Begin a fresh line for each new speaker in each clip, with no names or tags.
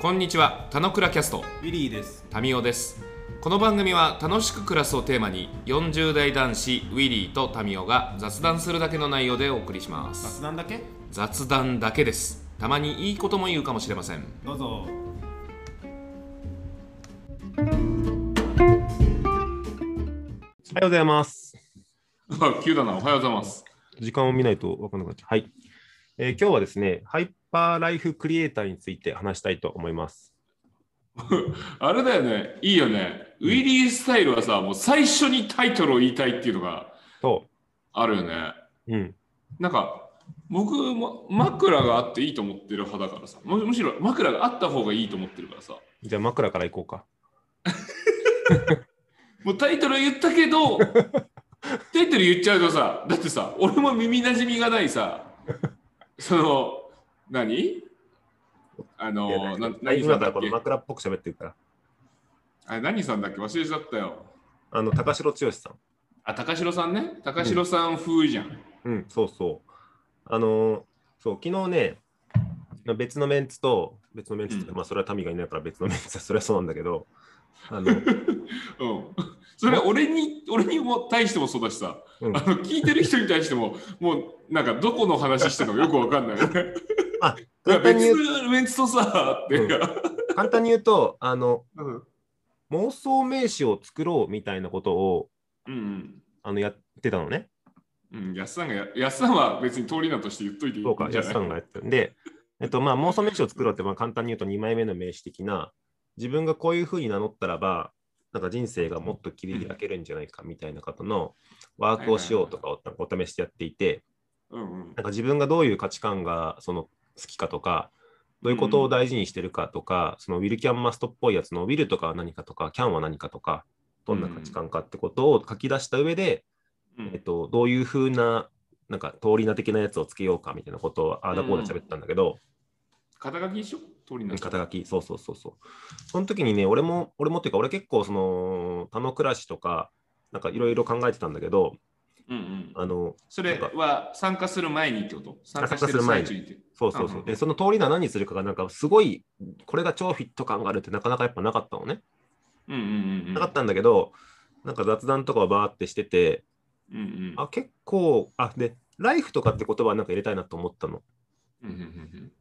こんにちは、たのくらキャスト、
ウィリーです。
タミオです。この番組は楽しく暮らすをテーマに、40代男子ウィリーとタミオが雑談するだけの内容でお送りします。
雑談だけ
雑談だけです。たまにいいことも言うかもしれません。
どうぞ。
おはようございます。
あ、急だな、おはようございます。
時間を見ないと分からなくなっちゃう。はい、えー今日はですね、ハイパーライフクリエイターについて話したいと思います。
あれだよね、いいよね。ウィリースタイルはさ、もう最初にタイトルを言いたいっていうのが
と、
あるよね。
うん、
なんか、僕も枕があっていいと思ってる派だからさ、むむしろ枕があった方がいいと思ってるからさ、
じゃあ枕からいこうか。
もうタイトル言ったけ ど、タイトル言っちゃうとさ、だってさ、俺も耳なじみがないさ、その、何あの、な何さ
今
んだ
から
っ
この
け
枕っぽく喋ってるから。
あれ何さんだっけ忘れちゃったよ。
あの、高城剛さん。
あ、高城さんね。高城さん風じゃん。
うん、そうそう。あのーそう、昨日ね、別のメンツと、別のメンツって、
うん
まあ、それは民がいないから別のメンツは、それはそうなんだけど、あの、
うん、それ俺に俺にも対してもそうだしさ、
うん
あの聞いてる人に対してももうなんかどこの話してるのかよくわかんないよね。
あ
いや
簡単に
別
言う
のメンツとさって、
簡単に言うと、あの、
うん
妄想名詞を作ろうみたいなことを、
うん
あの、やってたのね。
うん、安さんがや安さんは別に通り名として言っといていい
そうか、
んじゃ
安
ない
さんがやってるんで、えっと、まあ、妄想名詞を作ろうって、まあ、簡単に言うと2枚目の名詞的な、自分がこういうふうに名乗ったらば、なんか人生がもっと切り開けるんじゃないかみたいな方のワークをしようとかをお試しでやっていて、
うんうん
なんか自分がどういう価値観がその好きかとか、どういうことを大事にしてるかとか、そのウィル・キャンマストっぽいやつのウィルとかは何かとか、キャンは何かとか、どんな価値観かってことを書き出した上で、
う
えっ
ん
と、どういう風な、なんか通り名的なやつをつけようかみたいなことを、ああだこうだ喋ったんだけど、
肩書きでしょ通り名
肩書き、そうそうそうそう。その時にね、俺も、俺もっていうか、俺結構、その、田の暮らしとか、なんかいろいろ考えてたんだけど、
うんうん、
あの、
それは参加する前にってこと参加してる最中にって。
そうそうそう。
うん
で、その通り名何するかが、なんかすごい、これが超フィット感があるってなかなかやっぱなかったのね。
うんうんうん。
なかったんだけど、なんか雑談とかをバーってしてて、
うんうん。
あ、結構、あ、で、ライフとかって言葉はなんか入れたいなと思ったの。
うんうんうん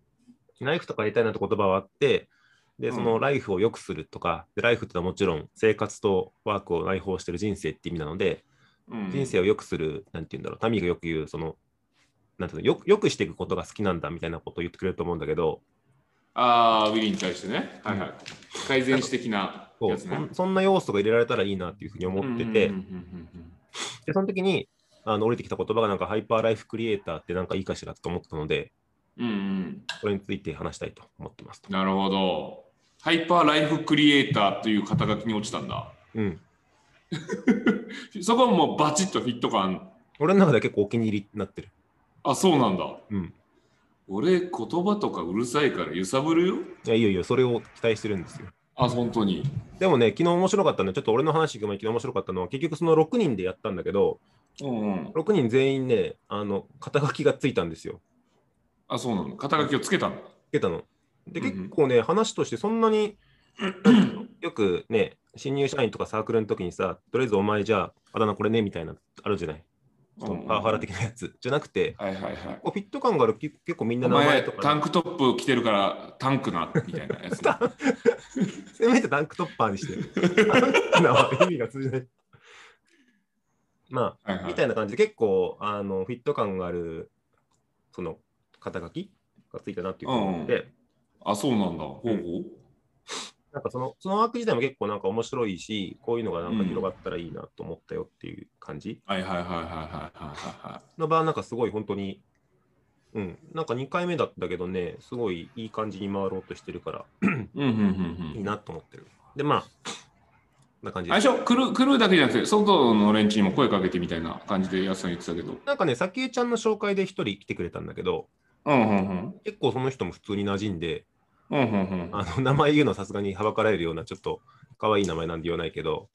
ライフとかやりたいなって言葉はあって、で、
うん
そのライフを良くするとか、でライフってのはもちろん生活とワークを内包してる人生って意味なので、
うんうん
人生を良くする、なんて言うんだろう、民がよく言う、その、なんていうの、よよくしていくことが好きなんだみたいなことを言ってくれると思うんだけど、
ああ、ウィリーに対してね。はいはい。改善史的な
そう
やつ
そ
ね。
んそんな要素が入れられたらいいなっていうふうに思ってて、
うんうんうんうん
で、その時に、あの降りてきた言葉がなんかハイパーライフクリエイターってなんかいいかしらと思ったので、
うんうんうん
これについて話したいと思ってますと。
なるほど。ハイパーライフクリエイターという肩書きに落ちたんだ。
うん。
そこはもうバチッとフィット感。
俺の中では結構お気に入りになってる。
あ、そうなんだ。
うん。
俺、言葉とかうるさいから揺さぶるよ。
いや、いよいよ、それを期待してるんですよ。
あ、本当に。
でもね、昨日面白かったね、ちょっと俺の話行く前に昨日面白かったのは、結局その6人でやったんだけど、
うんうん。
6人全員ね、あの、肩書きがついたんですよ。
あ、そうなの。肩書きをつけたんだ。
つけたの。で、
うんうん
結構ね、話としてそんなに、 よくね、新入社員とかサークルの時にさ、とりあえずお前じゃあ、あだ名これね、みたいな、あるじゃない。
う
そ
ん
の
うん
パワハラ的なやつじゃなくて、
はいはいはい。
こうフィット感がある、結結構みんな
お
名
前
前と、か
タ
ね、
ンクトップ着てるからタンクな、みたいなや つね。
せめてタンクトッパーにして、あんなは意味が通じない。 まあ、
はいは
み
い
たいな感じで結構あのフィット感があるその肩書きがついたなっていうふうに思って、
あ、そうなんだ。ほうほう。
なんかそのそのワーク自体も結構なんか面白いしこういうのがなんか広がったらいいなと思ったよっていう感じ
はいはいはいはいはいはいはい。
の場合なんかすごい本当にうんなんか2回目だったけどねすごいいい感じに回ろうとしてるから
うんうんうんうん
いいなと思ってるでまあこんな感じ
最
です
初クルークルーだけじゃなくて外の連中にも声かけてみたいな感じでやつさん言ってたけど
なんかねさきえちゃんの紹介で1人来てくれたんだけど
うんうんうん
結構その人も普通に馴染んで
うんうん
あの名前言うのはさすがにはばかられるようなちょっと可愛い名前なんて言わないけど、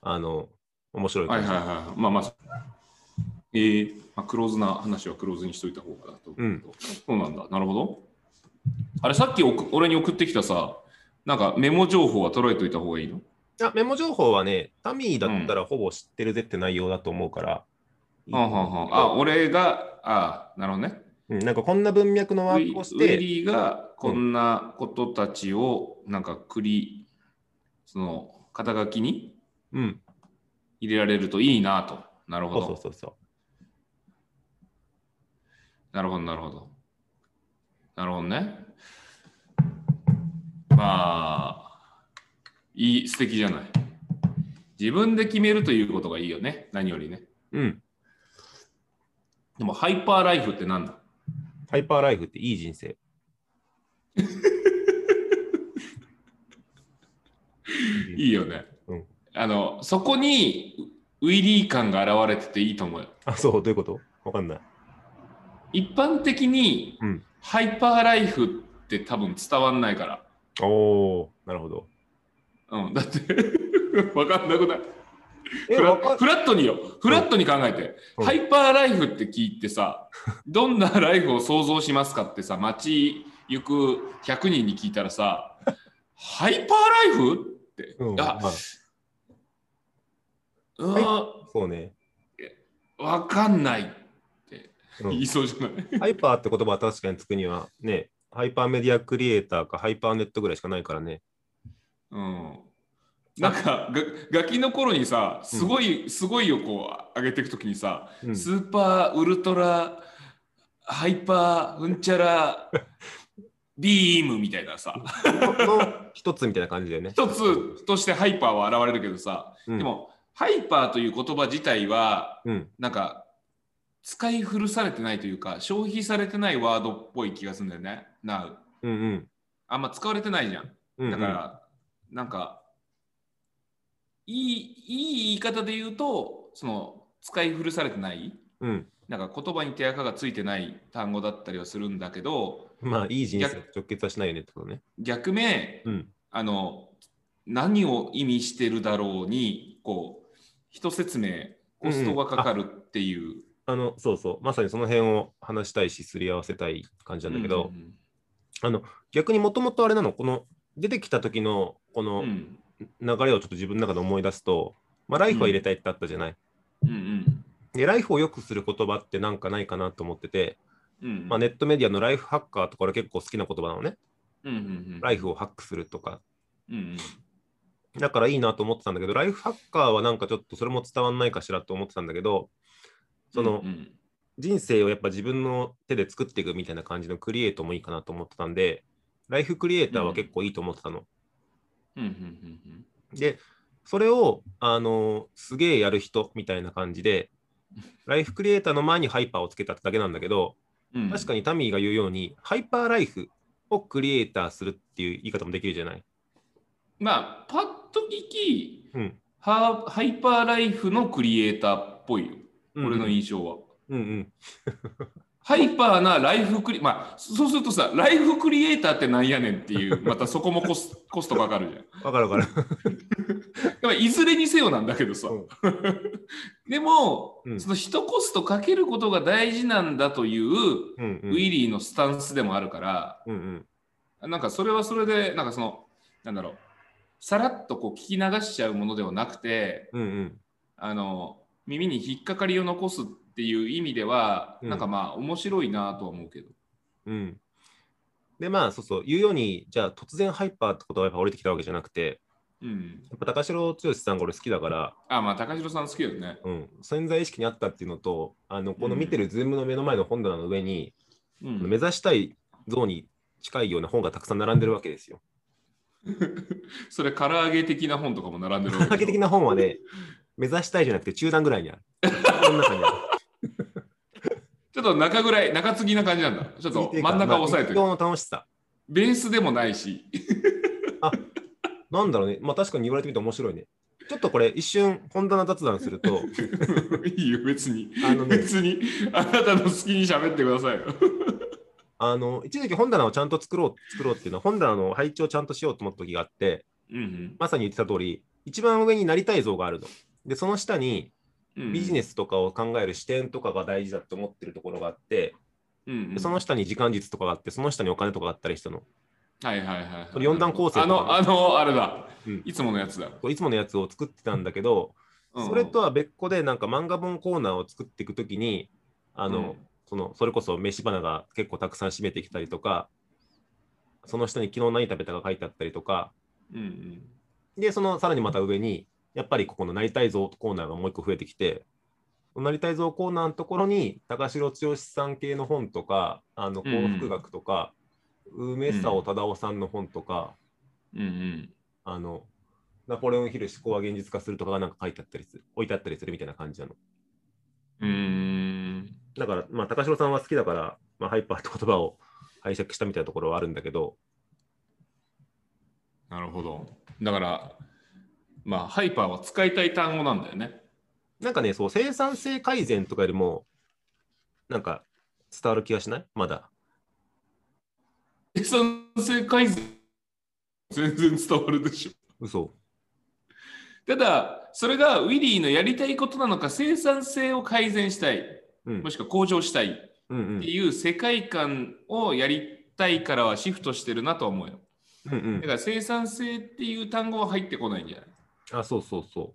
あの、面白
う
い
んはい
感
はい
じ。
はいまあまあえーまあ、クローズな話はクローズにしといた方がと、
うん
そうなんだなるほどあれさっきおく俺に送ってきたさなんかメモ情報は捉えといた方がいいの
いやメモ情報はね、タミーだったらほぼ知ってるぜって内容だと思うから。
はあ、はあはあ、あ、俺が、ああ、なるほどね。
うん、なんかこんな文脈の
ウ
ワ
ィ
ークをし
ウィ
て、
リーがこんなことたちを、なんか繰り、その、肩書きに
うん、
入れられるといいなと。なるほ
そ
ど。
うそうそうそ
なるほど、なるほど。なるほどね。まあ、いい、素敵じゃない。自分で決めるということがいいよね。何よりね。
う。うん、
でも、ハイパーライフってなんだ
ハイパーライフっていい人生。
いいよね。
うん
あの、そこにウィリー感が現れてていいと思うよ。
あ、そう、どういうことわかんない。
一般的に、
うん
ハイパーライフって多分伝わんないから。
おおなるほど。
うん、だって、 わかんなくない。
え、
フラ
わか
フラットによフラットに考えて、
うん
ハイパーライフって聞いてさどんなライフを想像しますかってさ街行く100人に聞いたらさハイパーライフって、
うん、
あ
まあ
うーん
そうね。
わかんないって
うん
言いそうじゃない、
ハイパーって言葉は確かにつくには、ね、ハイパーメディアクリエイターかハイパーネットぐらいしかないからね。
うん、なんかがガキの頃にさすごい、すごいをこう上げていくときにさ、
うん、
スーパーウルトラハイパーうんちゃ らビームみたいなさ
の一つみたいな感じ だよね。
一つとしてハイパーは現れるけどさ、
うん
でもハイパーという言葉自体は
うん、
なんか使い古されてないというか消費されてないワードっぽい気がするんだよね。な
うん、うん
あんま使われてないじゃん。
うん。
だから、なんかいいいい言い方で言うとその使い古されてない
うん、うん。
なんか言葉に手垢がついてない単語だったりはするんだけど
まあ、いい人生と直結はしないよねってことね。
逆名
うん。
あの何を意味してるだろうにこう一説明コストがかかるっていう、
あの、そうそう。まさにその辺を話したいし、すり合わせたい感じなんだけど、
うん
逆にもともとあれなの、この出てきた時のこ
う
の流
ん
れをちょっと自分の中で思い出すと、まあ、ライフは入れたいってあったじゃない。
うんうん
で、ライフを良くする言葉ってなんかないかなと思ってて、
うん
まあ、ネットメディアのライフハッカーとか俺結構好きな言葉なのね。
うんうん
ライフをハックするとか。
うんうん
だからいいなと思ってたんだけど、ライフハッカーはなんかちょっとそれも伝わんないかしらと思ってたんだけど、その
うんうん
人生をやっぱ自分の手で作っていくみたいな感じのクリエイトもいいかなと思ってたんで、ライフクリエイターは結構いいと思ってたの。
うんうん
で、それを、あのすげえやる人みたいな感じで、ライフクリエイターの前にハイパーをつけたってだけなんだけど、
うんうん
確かにタミーが言うように、ハイパーライフをクリエイターするっていう言い方もできるじゃない。
まあパッと聞き
うん。
ハハイパーライフのクリエイターっぽいよ俺の
い。
印象は、
うんうん。
ハイパーなライフクリまあそうするとさライフクリエイターってなんやねんっていうまたそこもコスコストかかるじゃん
わかるわかる。
やっぱいずれにせよなんだけどさ、
うん
でも、
うん
その一コストかけることが大事なんだという、
うんう
ウィ
ん。
リーのスタンスでもあるから
うんうん。
なんかそれはそれでなんかそのなんだろうさらっとこう聞き流しちゃうものではなくて
うんうん。
あの耳に引っかかりを残すっていう意味では、
うん
なんかまあ面白いなとは思うけど。
うん。で、まあ、そうそう、言うように、じゃあ、突然ハイパーって言葉がやっぱ降りてきたわけじゃなくて、
うん、
やっぱ高城剛さんが俺好きだから、
あまあ高城さん好きよね。
うん、潜在意識にあったっていうのと、あのこの見てるズームの目の前の本棚の上に、
う
あの
ん、
目指したい像に近いような本がたくさん並んでるわけですよ。
それ唐揚げ的な本とかも並んでるわ
唐揚
けで
げ
し
的
ょ
な本はね、目指したいじゃなくて中段ぐらいにある。この 中にある。
ちょっと中ぐらい中継ぎな感じなんだちょっと真ん中を押さえて
る。
る
まあ一行の楽しさ。
ベースでもないし。
なんだろうね、まあ確かに言われてみて面白いね。ちょっとこれ一瞬本棚雑談す ると、
いいよ、別に。
あのね
別に、あなたの好きに喋ってくださいよ。
あの一時期本棚をちゃんと作ろう作ろうっていうのは本棚の配置をちゃんとしようと思った時があって
うん
まさに言ってた通り一番上になりたい像があるのでその下に
うん、
ビジネ
ス、
スとかを考える視点とかが大事だと思ってるところがあって
うんう
で
ん、
その下に時間術とかがあってその下にお金とかがあったりしたの
はいはいはい。
これ四段構成
あの、あの、あれだ
うん。
いつものやつだ。
こういつものやつを作ってたんだけど、
うん
それと、は別個でなんか漫画本コーナーを作っていくときにあの、
うん
そのそれこそ飯花が結構たくさん占めてきたりとかその下に昨日何食べたか書いてあったりとか
うんうん。
でそのさらにまた上にやっぱりここのなりたいぞコーナーがもう一個増えてきてなりたいぞコーナーのところに高城剛さん系の本とかあの
う
幸
んうん
福学とか、梅沢忠夫さんの本とか、
うんうん。
あのナポレオン・ヒル思考は現実化するとかがなんか書いてあったりする置いてあったりするみたいな感じなの。
うーん。
だから、まあ、高城さんは好きだから、まあ、ハイパーって言葉を拝借したみたいなところはあるんだけど、
なるほど。だから、まあ、ハイパーは使いたい単語なんだよね。
なんかね、そう、生産性改善とかよりも、なんか伝わる気がしないまだ。
生産性改善、全然伝わるでしょ。
嘘。
ただ、それがウィリーのやりたいことなのか、生産性を改善したい、
うん
も。しくは向上したいっ
うんうん
て。いう世界観をやりたいからはシフトしてるなとは思うよ。
うんう
だ
ん
か。ら生産性っていう単語は入ってこないんじゃない
あ、そうそうそう。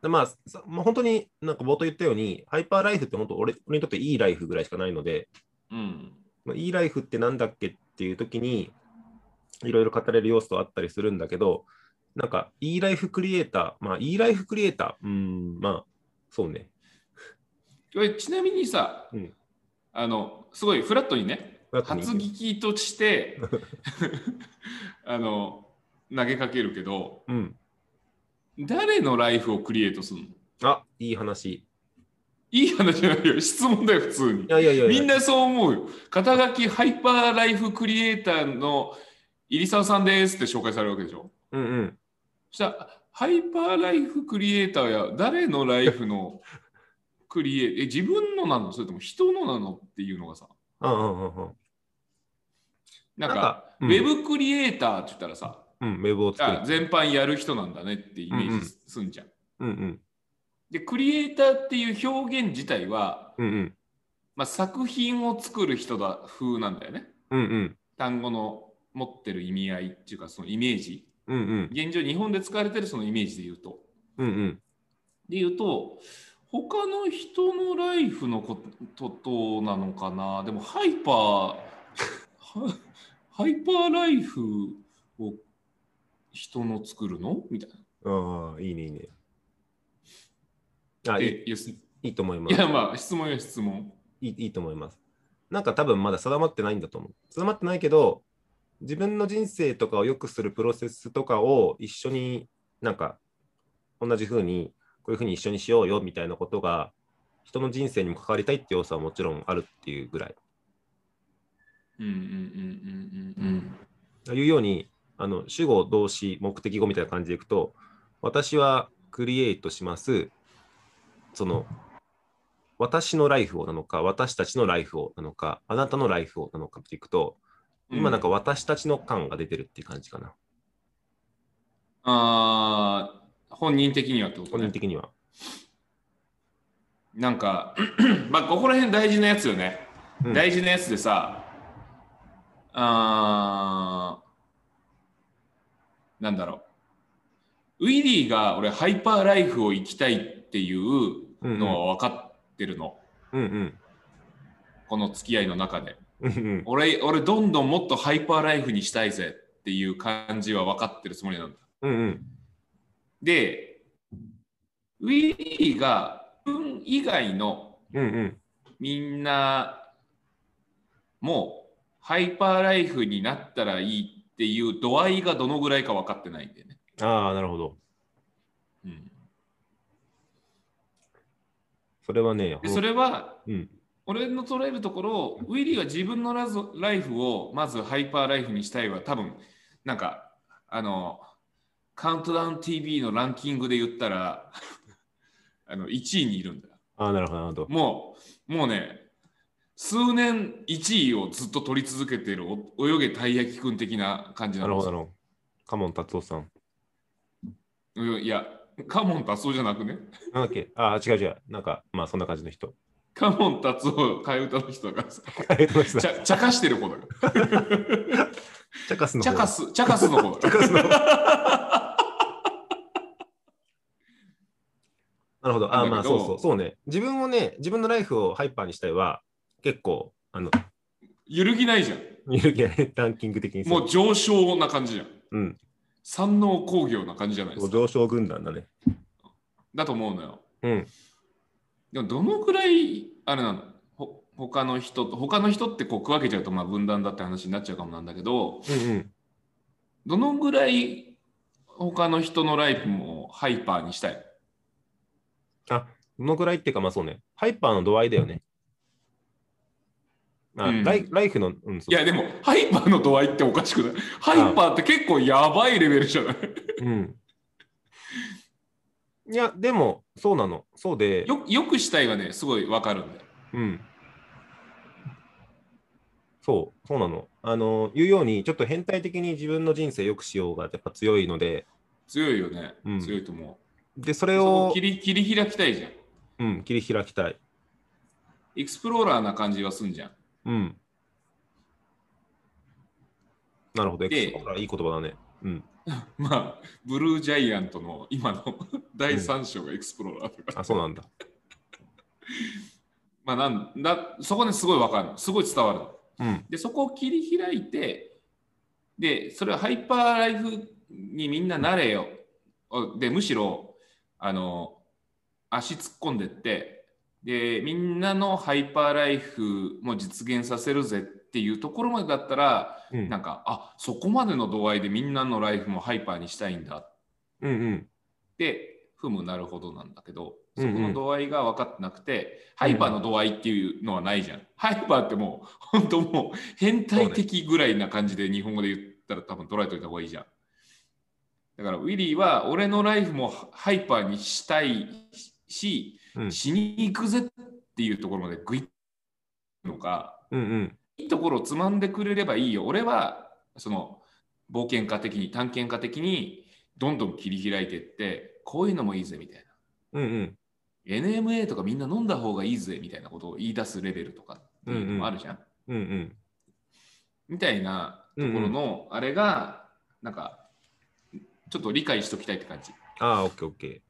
でまあ、さまあ、本当に、なんか冒頭言ったように、ハイパーライフって本当俺、俺にとっていいライフぐらいしかないので、
うん。
まあ、いいライフってなんだっけっていう時にいろいろ語れる要素はあったりするんだけどなんかいいライフクリエイターまあいいライフクリエイターうーんまあそうね
これちなみにさ、
うん
あの、すごいフラットにね、
フラットに
初聞きとして あの投げかけるけど
うん
誰のライフをクリエイトするの
あいい話
い
い
い話じゃないよ質問だよ普通に
やいやいやいや
みんなそう思うよ肩書きハイパーライフクリエイターの入澤さんですって紹介されるわけでしょ
うんうん
そしたらハイパーライフクリエイターや誰のライフのクリエイえ自分のなのそれとも人のなのっていうのがさ
うんうんうんうん
なんか
なんかうん
ウェブクリエイターって言ったらさ、
うんウェブを作
あ
る
全般やる人なんだねってイメージすんじゃん。
うんうん
でクリエイターっていう表現自体は、
うんうん
まあ、作品を作る人だ風なんだよね
うんうん
単語の持ってる意味合いっていうかそのイメージ
うんうん
現状日本で使われてるそのイメージで言うと
うんうん
で言うと他の人のライフのこととなのかなでもハイパー はハイパーライフを人の作るのみたいな。
ああいいねいいねあい
でいやす
いいいと思いま
い
す
やまあ質問よ質問。
いいいいと思います。なんか多分まだ定まってないんだと思う。定まってないけど、自分の人生とかを良くするプロセスとかを一緒になんか同じ風にこういう風に一緒にしようよみたいなことが人の人生にも関わりたいって要素はもちろんあるっていうぐらい。
うんうんうんうんうんうん
いうようにあの主語動詞目的語みたいな感じでいくと私はクリエイトしますその私のライフをなのか私たちのライフをなのかあなたのライフをなのかっていくと今なんか私たちの感が出てるっていう感じかな、
あー本人的にはってこと
個
ね
人的には。
なんか まあここら辺大事なやつよね、
うん
大事なやつでさあーなんだろうウィリーが俺ハイパーライフを生きたいっていうのは分かってるの、
うんうん。
この付き合いの中で
うんうん。
俺俺どんどんもっとハイパーライフにしたいぜっていう感じは分かってるつもりなんだ
うんうん。
で、ウィリーが自分以外の
うんうん。
みんなもハイパーライフになったらいいっていう度合いがどのぐらいか分かってないんだよね。
ああ、なるほど。
うん
それはね、
でそれは
うん。
俺の捉えるところウィリーは自分のラゾライフをまずハイパーライフにしたいは多分なんかあのカウントダウン TV のランキングで言ったら あの1位にいるんだ。
ああ、なるほど、なるほど。
もう、もうね、数年1位をずっと取り続けているお泳げたい焼きくん的な感じ
な
な
る
ん
ほ
です
ど、な
よ
るほど。カモン達夫さん。
うんいや、カモン達夫じゃなくね。
なんだっけああ、違う違う。なんか、まあ、そんな感じの人。
カモン達夫、替え歌の人がさ、
ありがとうござい
ち
ま す
ゃちゃかしてる子だから。
チャカスの
チャカ
ス。
ス、チャカスの方。
チャカ スの方なるほど。あーま
だ
あ
けど
そうそう。そうね。自分をね、自分のライフをハイパーにしたいは、結構、あの、
揺るぎないじゃん。
ゆるぎないランキング的に
もう上昇な感じじゃん。
う、うん。
山王工業な感じじゃないですか。
上昇軍団だね。
だと思うのよ。
うん。
でもどのくらいあれなのほ他の人と他の人ってこう区分けちゃうとまあ分断だって話になっちゃうかもなんだけど
うんうん。
どのぐらい他の人のライフもハイパーにしたい
どのくらいっていうか、まあそうね。ハイパーの度合いだよね。あ
うん
ライライフの、うん、そう
いやでもハイパーの度合いっておかしくないハイパーって結構やばいレベルじゃない
うん。いや、でも、そうなの。そうで、
よよくしたいはねすごいわかるんだよ
うん。そう、そうなの。あの、言うように、ちょっと変態的に自分の人生良くしようがやっぱ強いので、
強いよね、
うん
強いと思
で、それ
うそこ
を
を切り切り開きたいじゃん
うん、切り開きたい。
エクスプローラーな感じはすんじゃん
うん。なるほど。
で
エクスプローラーいい言葉だね。うん。
まあブルージャイアントの今の 第3章がエクスプローラーだから
あ、そうなんだ。
まあ、なんだそこですごい分かるのすごい伝わるの
うん。
でそこを切り開いてでそれはハイパーライフにみんななれよあでむしろあの足突っ込んでってでみんなのハイパーライフも実現させるぜっていうところまでだったら
うん。
なんかあそこまでの度合いでみんなのライフもハイパーにしたいんだっ
うんうん。
で、ふむなるほどなんだけど、
う
そ
ん
こ
うん
の度合いが分かってなくて、ハイパーの度合いっていうのはないじゃん。ハイパーってもう、本当もう、変態的ぐらいな感じで日本語で言ったら多分捉えておいた方がいいじゃん。だから、ウィリーは、俺のライフもハイパーにしたいし、
うん
しに行くぜっていうところまでグイッのか、
うんうん。
いいところをつまんでくれればいいよ。俺は、その、冒険家的に、探検家的に、どんどん切り開いていって、こういうのもいいぜ、みたいな。
うんうん。
NMA とかみんな飲んだ方がいいぜ、みたいなことを言い出すレベルとかっていうのもあるじゃん。
うんうん。
みたいなところの、あれが、なんか、ちょっと理解しときたいって感じ。
ああ、オッケーオッケー。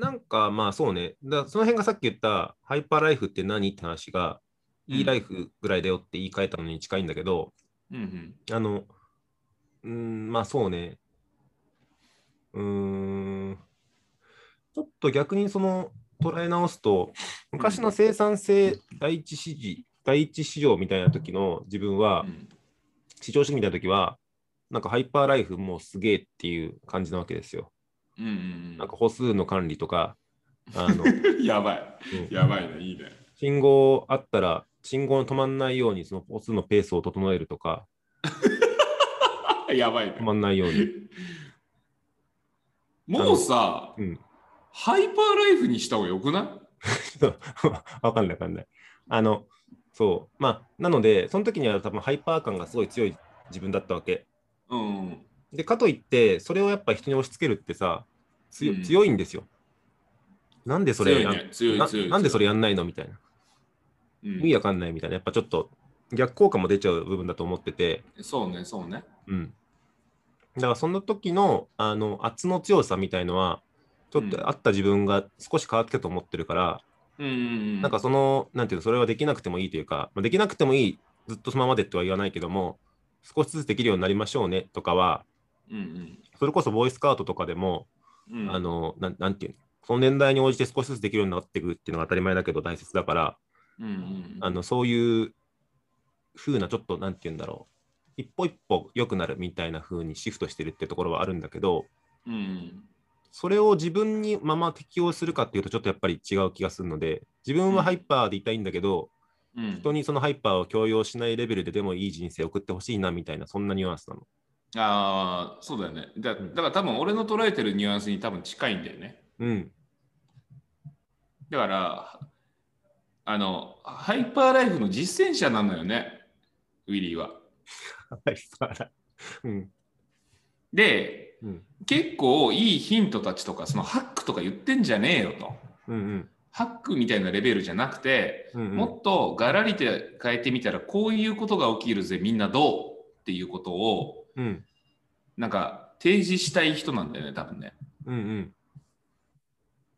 なんかまあそうね。だその辺がさっき言ったハイパーライフって何って話が、いいライ
フ。
フぐらいだよって言い換えたのに近いんだけど、
うんうん。
あの、うーん、まあそうね。うーん。ちょっと逆にその捉え直すと、昔の生産性第一市場、第一市場みたいな時の自分は
う、ん
市場主義みたいな時は、なんかハイパーライフもうすげえっていう感じなわけですよ。
うんうん
なんか歩数の管理とか、あの、
うん。やばい。
うん
やばいね。いいね。
信号あったら、信号の止まんないように、その歩数のペースを整えるとか、
やばいね
止。まんないように。
もうさ、
うん
ハイパーライフにした方がよくない
そうわかんないわかんない。あの、そう。まあ、なので、その時には多分ハイパー感がすごい強い自分だったわけ。
うん。
で、かといって、それをやっぱ人に押し付けるってさ、強
うん
強いんですよ。なんでそれ
強い
やん、
ね。強い
な
強い。
なんでそれやんないのみたいな。
強い
意味わかんないみたいな。やっぱちょっと逆効果も出ちゃう部分だと思ってて。
うんそうね、そうね。
うん。だからその時のあの圧の強さみたいのは、ちょっ
うん
とあった自分が少し変わってきたと思ってるから、
うんうんうん。
なんかその、なんていうの、それはできなくてもいいというか、まあできなくてもいい、ずっとそのままでとは言わないけども、少しずつできるようになりましょうねとかは、
うん
それこそボーイスカウトとかでも、
うんうん。
あのなん、なんていうの、その年代に応じて少しずつできるようになっていくっていうのが当たり前だけど大切だから、
うんうん
あのそういう風な、ちょっと、なんていうんだろう、一歩一歩良くなるみたいな風にシフトしてるってところはあるんだけど、
うんうん
それを自分にまま適応するかっていうと、ちょっとやっぱり違う気がするので、自分はハイパーでいたいんだけど、
うん
人にそのハイパーを強要しないレベルででもいい人生を送ってほしいなみたいな、そんなニュアンスなの。
ああ、そうだよね。だだから多分俺の捉えてるニュアンスに多分近いんだよね。
うん。
だから、あの、ハイパーライフの実践者なのよね、ウィリーは。
うん。
で、
うん。
結構いいヒントたちとか、そのハックとか言ってんじゃねえよと。
うんうん。
ハックみたいなレベルじゃなくて、
うんうん。
もっとガラリと変えてみたらこういうことが起きるぜみんなどうっていうことを
うん。
なんか提示したい人なんだよね多分ね
うんうん。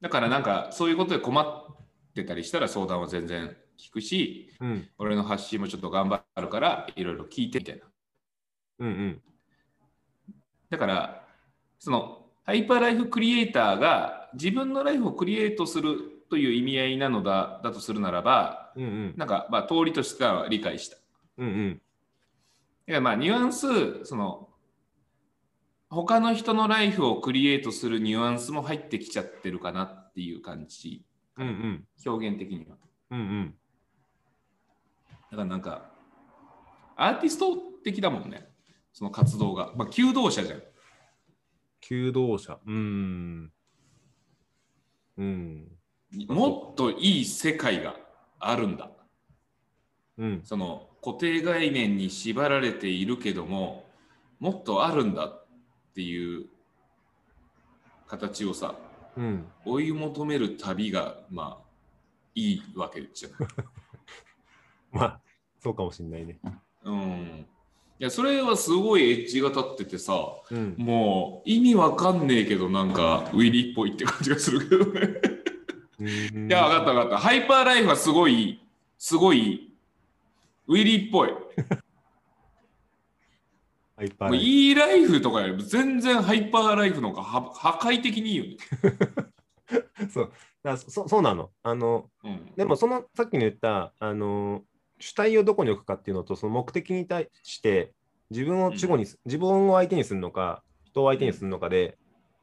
だからなんかそういうことで困ってたりしたら相談は全然聞くし
うん
俺の発信もちょっと頑張るからいろいろ聞いてみたいな
うんうん。
だからそのハイパーライフクリエイターが自分のライフをクリエイトするという意味合いなのだだとするならば
うんうん。
なんかまあ通りとしては理解した
うんうん。
いやまあニュアンスその他の人のライフをクリエイトするニュアンスも入ってきちゃってるかなっていう感じ
うんうん。
表現的には
うんうん。
だからなんかアーティスト的だもんねその活動がまあ求道者じゃん
求道者。うん。うん。
もっといい世界があるんだ
うん。
その固定概念に縛られているけどももっとあるんだっていう形をさ
うん。
追い求める旅がまあいいわけじゃない。
まあ、そうかもしんないね。
うん、いやそれはすごいエッジが立っててさ
うん。
もう意味わかんねえけどなんかウィリーっぽいって感じがするけどね。
い
いやわかったわかったハイパーライフはすごいすごいウィリーっぽい。
ハイパー
もう
ライフ
いいライフとかよりも全然ハイパーライフの方がは破壊的にいいよね。
だからそそうなの。あの、
うん
でもそのさっきの言った、あの、主体をどこに置くかっていうのと、その目的に対して、自分を主語にす、自分を相手にするのか、人を相手にするのかで、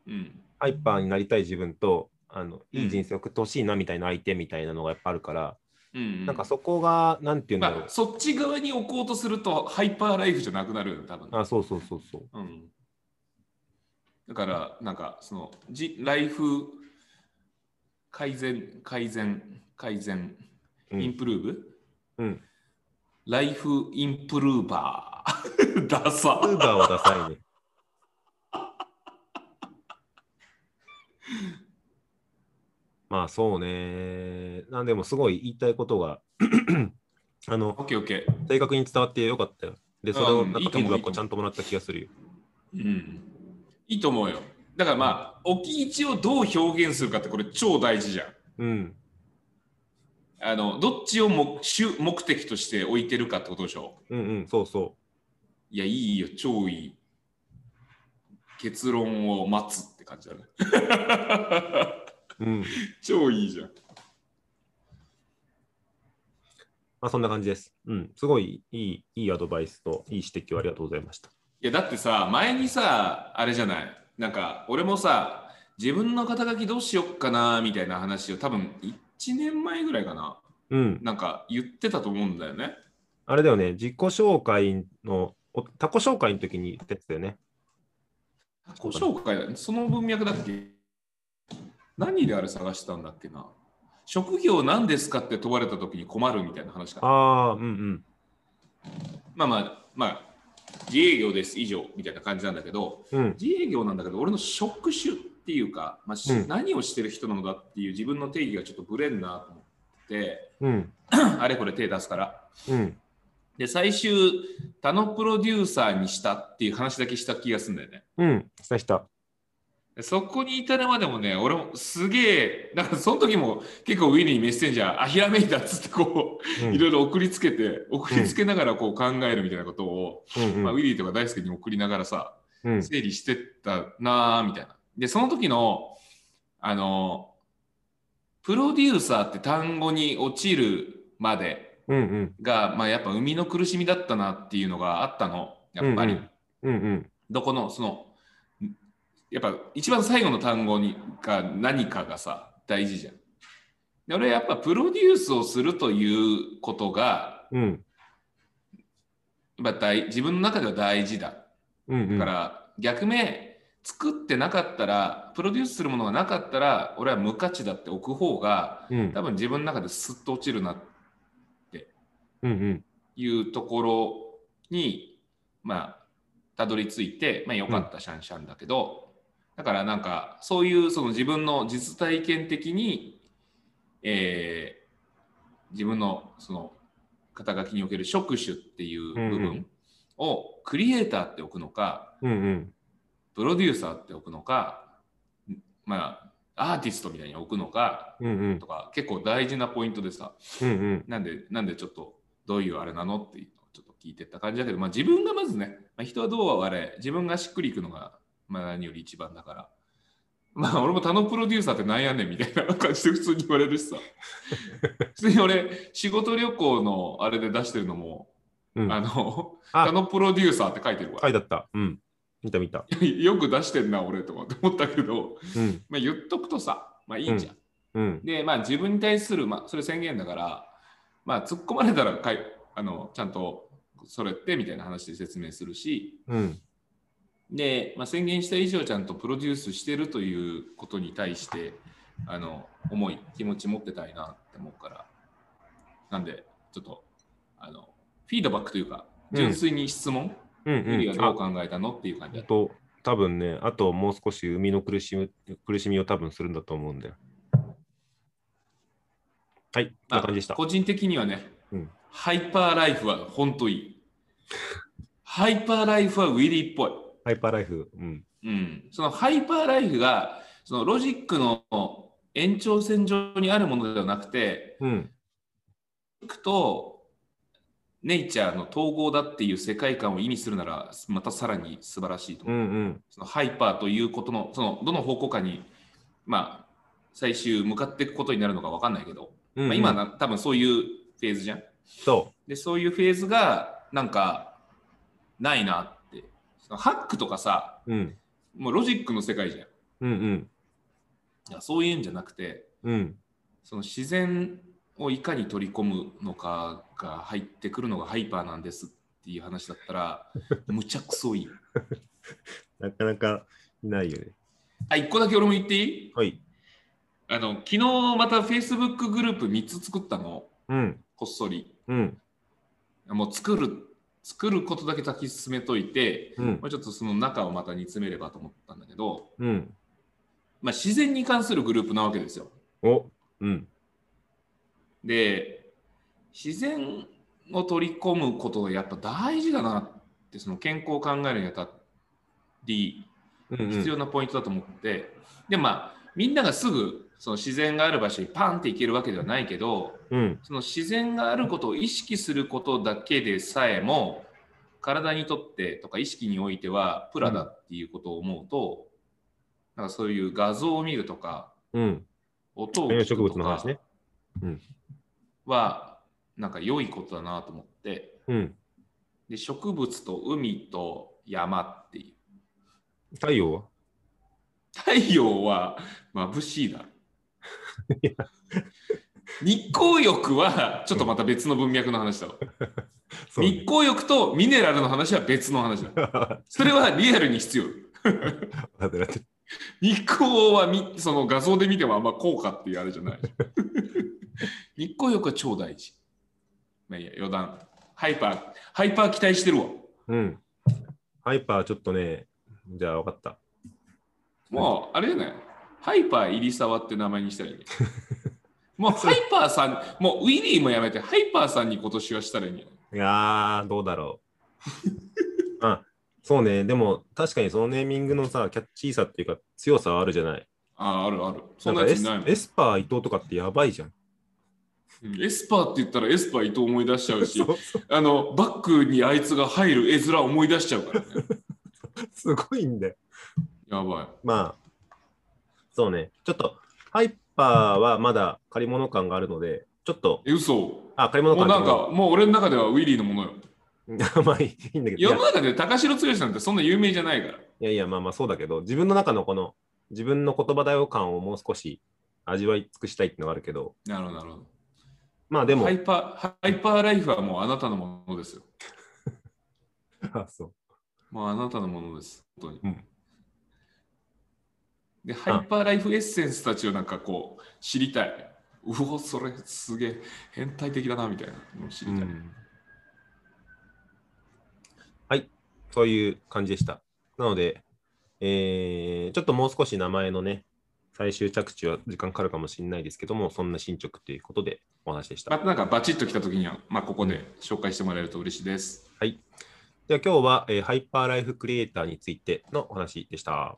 うん
ハイパーになりたい自分と、あのい
うん
い人生を送ってほしいなみたいな相手みたいなのがやっぱあるから、
うん、
なんかそこが、なんていうんだろう
まあ、。そっち側に置こうとするとハイパーライフじゃなくなるよね多分
あ、そうそうそうそう。
うん、だからなんかそのじライフ改善改善改善
うん
インプルーブ、
うん
ライフインプルーバー ダサ
ウーバーはダサい ね。まあそうね。なんでもすごい言いたいことが あの
オッケーオッケ
正確に伝わってよかったよ。で、それを
うん
なん
いい
か
と思う
フィードバッ
いいと思
クを
う
ちゃんともらった気がするよ。
ー、うん、いいと思うよだからまあ置き位置をどう表現するかってこれ超大事じゃん
うん。
あのどっちを目主目的として置いてるかってことでしょ
うんうん、そうそ
いや、いいよ、超いい。結論を待つって感じだね。
う。うん。
超いいじゃん。
まあそんな感じです。うん。すごいいい、いいアドバイスといい指摘をありがとうございました。
いや、だってさ、前にさ、あれじゃない。なんか、俺もさ、自分の肩書きどうしよっかな、みたいな話を多分1年前ぐらいかな。
うん。
なんか言ってたと思うんだよね。
あれだよね。自己紹介の、お他己紹介の時に言ったやつだよね。
自己紹介だね。その文脈だっけ何であれ探してたんだっけな。職業何ですかって問われた時に困るみたいな話かな。
ああ、うんうん。
まあまあまあ自営業です以上みたいな感じなんだけど
うん。
自営業なんだけど俺の職種っていうか、まあし
うん
何をしてる人なのだっていう自分の定義がちょっとぶれんなと思って
うん。
あれこれ手出すから
うん。
で最終他のプロデューサーにしたっていう話だけした気がするんだよね
うん。したした。
でそこに至るまでもね俺もすげえだからその時も結構ウィリーにメッセンジャー諦めいたっつってこ
う
うんいろいろ送りつけて送りつけながらこう考えるみたいなことを、
うん
まあ、ウ
う
ィリーとか大輔に送りながらさ
ん。
整理してったなぁみたいな。でその時のあのプロデューサーって単語に落ちるまで
うんうん。
が、まあ、やっぱ生みの苦しみだったなっていうのがあったのやっぱり、
うんうんうん。
どこのそのんやっぱ一番最後の単語にが何かがさ大事じゃん。で俺やっぱプロデュースをするということが
うん
やっぱ大自分の中では大事だ
うん。
だから逆目作ってなかったらプロデュースするものがなかったら俺は無価値だって置く方が
うん
多分自分の中ですっと落ちるなっ
うんうん。
ていうところにまあたどり着いてまあ良かったシャンシャンだけど、だからなんかそういうその自分の実体験的に、えー自分のその肩書きにおける職種っていう部
うんう
分をクリエイターって置くのか、
うんうん。
プロデューサーって置くのか、まあ、アーティストみたいに置くのか
うんうん。
とか、結構大事なポイントでさ、
うんうん。
なんで、なんでちょっと、どういうあれなのっていうのをちょっと聞いてった感じだけど、まあ自分がまずね、まあ、人はどうあれ、自分がしっくりいくのが、まあ何より一番だから。まあ俺も他のプロデューサーってなんやねんみたいな感じで普通に言われる しさ。普通に俺、仕事旅行のあれで出してるのも、
うん、
あの、
あ
他のプロデューサーって書いてるわ。
書いてあった。うん。見た見た。
よく出してんな、俺とかって思ったけど、
うん。
まあ言っとくとさ、まあいいじゃん。
うん。
で、まあ自分に対する、まあそれ宣言だから、まあ突っ込まれたらかいあのちゃんとそれってみたいな話で説明するし、
うん。
で、まあ、宣言した以上ちゃんとプロデュースしてるということに対して、あの、思い、気持ち持ってたいなって思うから、なんで、ちょっと、あの、フィードバックというか、
うん
純粋に質問、
うん
ユリは
うん。
どう
あ
考えたのっていう感じ
えっ
だ
と、多分ね、あともう少し生みの苦しみ苦しみを多分するんだと思うんだよ。はい、こんな感じでした。
個人的にはね、
うん
ハイパーライフは本当いい。ハイパーライフはウィリーっぽい。
ハイパーライフ。うん。
うん、そのハイパーライフがそのロジックの延長線上にあるものではなくて
うん。
ロジックとネイチャーの統合だっていう世界観を意味するならまたさらに素晴らしいと
う
思う、
ん
そのハイパーということのそのどの方向かに、まあ、最終向かっていくことになるのか分かんないけど、
うん。
まあ、今な多分そういうフェーズじゃん。
そ
でそういうフェーズがなんかないなってそのハックとかさ
う。うん。
もうロジックの世界じゃん
うんうん。
いやそういうんじゃなくて
うん。
その自然をいかに取り込むのかが入ってくるのがハイパーなんですっていう話だったらむちゃくそいい
なかなかいないよね。
あ一個だけ俺も言っていい
はい。
あの昨日また Facebook グループ3つ作ったの
うん。
こっそり
うん。
もう作る作ることだけ先進めといて
うん
ま。あちょっとその中をまた煮詰めればと思ったんだけど、
うん。
まあ、自然に関するグループなわけですよ
お。うん。
で自然を取り込むことがやっぱ大事だなってその健康を考えるにあたり
うんうん
必要なポイントだと思って、でまあみんながすぐその自然がある場所にパンって行けるわけではないけど
うん。
その自然があることを意識することだけでさえも体にとってとか意識においてはプラだっていうことを思うと、なんかそういう画像を見るとか
うん。
音を
観葉
聞く
植
と
物の話
か
ね。
はなんか良いことだなと思って
うん。
で植物と海と山っていう
太陽は
太陽は眩しいだろ
いや
日光浴はちょっとまた別の文脈の話だわ、
そう
日 光浴とミネラルの話は別の話だ
だ
それはリアルに必要
ってだって
日光はみその画像で見てもあんま効果っていうあれじゃ ない日光浴は超大事まあいいや余談ハイパーハイパー期待してるわ
うん。ハイパーちょっとね、じゃあ分かった。
もう、あれじゃないハイパー入沢って名前にしたらいいね。 もうハイパーさん、もうウィリーもやめて、ハイパーさんに今年はしたらいいね。
いやー、どうだろう。 あ、そうね。でも、確かにそのネーミングのさ、キャッチーさっていうか、強さはあるじゃない。
ああ、あるある。そ
なん
な
んか
や
エ
つ
ス
ないもん。
エスパー伊藤とかってやばいじゃん。
うんエスパーって言ったらエスパー伊藤思い出しちゃうし
そ、うそう
あの、バックにあいつが入る絵面思い出しちゃうからね。
すごいんだよ。
やばい。
まあ、そうね。ちょっと、ハイパーはまだ借り物感があるので、ちょっと、
え、嘘。
あ、借り
も
物
うな
感
んか、もう俺の中ではウィリーのものよ。
なん か、まあいいいいんだけど、い
世
や
の中で高城剛さんってそんな有名じゃないから。
いやいや、まあまあそうだけど、自分の中のこの、自分の言葉だよ感をもう少し味わい尽くしたいってのがあるけど、
なるほど、なるほ
まあで
ど。
も
ハ、イパー、ハイパーライフはもうあなたのものですよ。
あそう
もうあなたのものです、本当に。
うん
で、ハイパーライフエッセンスたちをなんかこう、知りたい。うお、それすげえ変態的だな、みたいなのを知りたい。
はい、そういう感じでした。なので、えーちょっともう少し名前のね、最終着地は時間かかるかもしれないですけども、そんな進捗ということでお話でした。
またなんかバチッと来た時には、まあ、ここで紹介してもらえると嬉しいです。
はい。
では今日は、えーハイパーライフクリエイターについてのお話でした。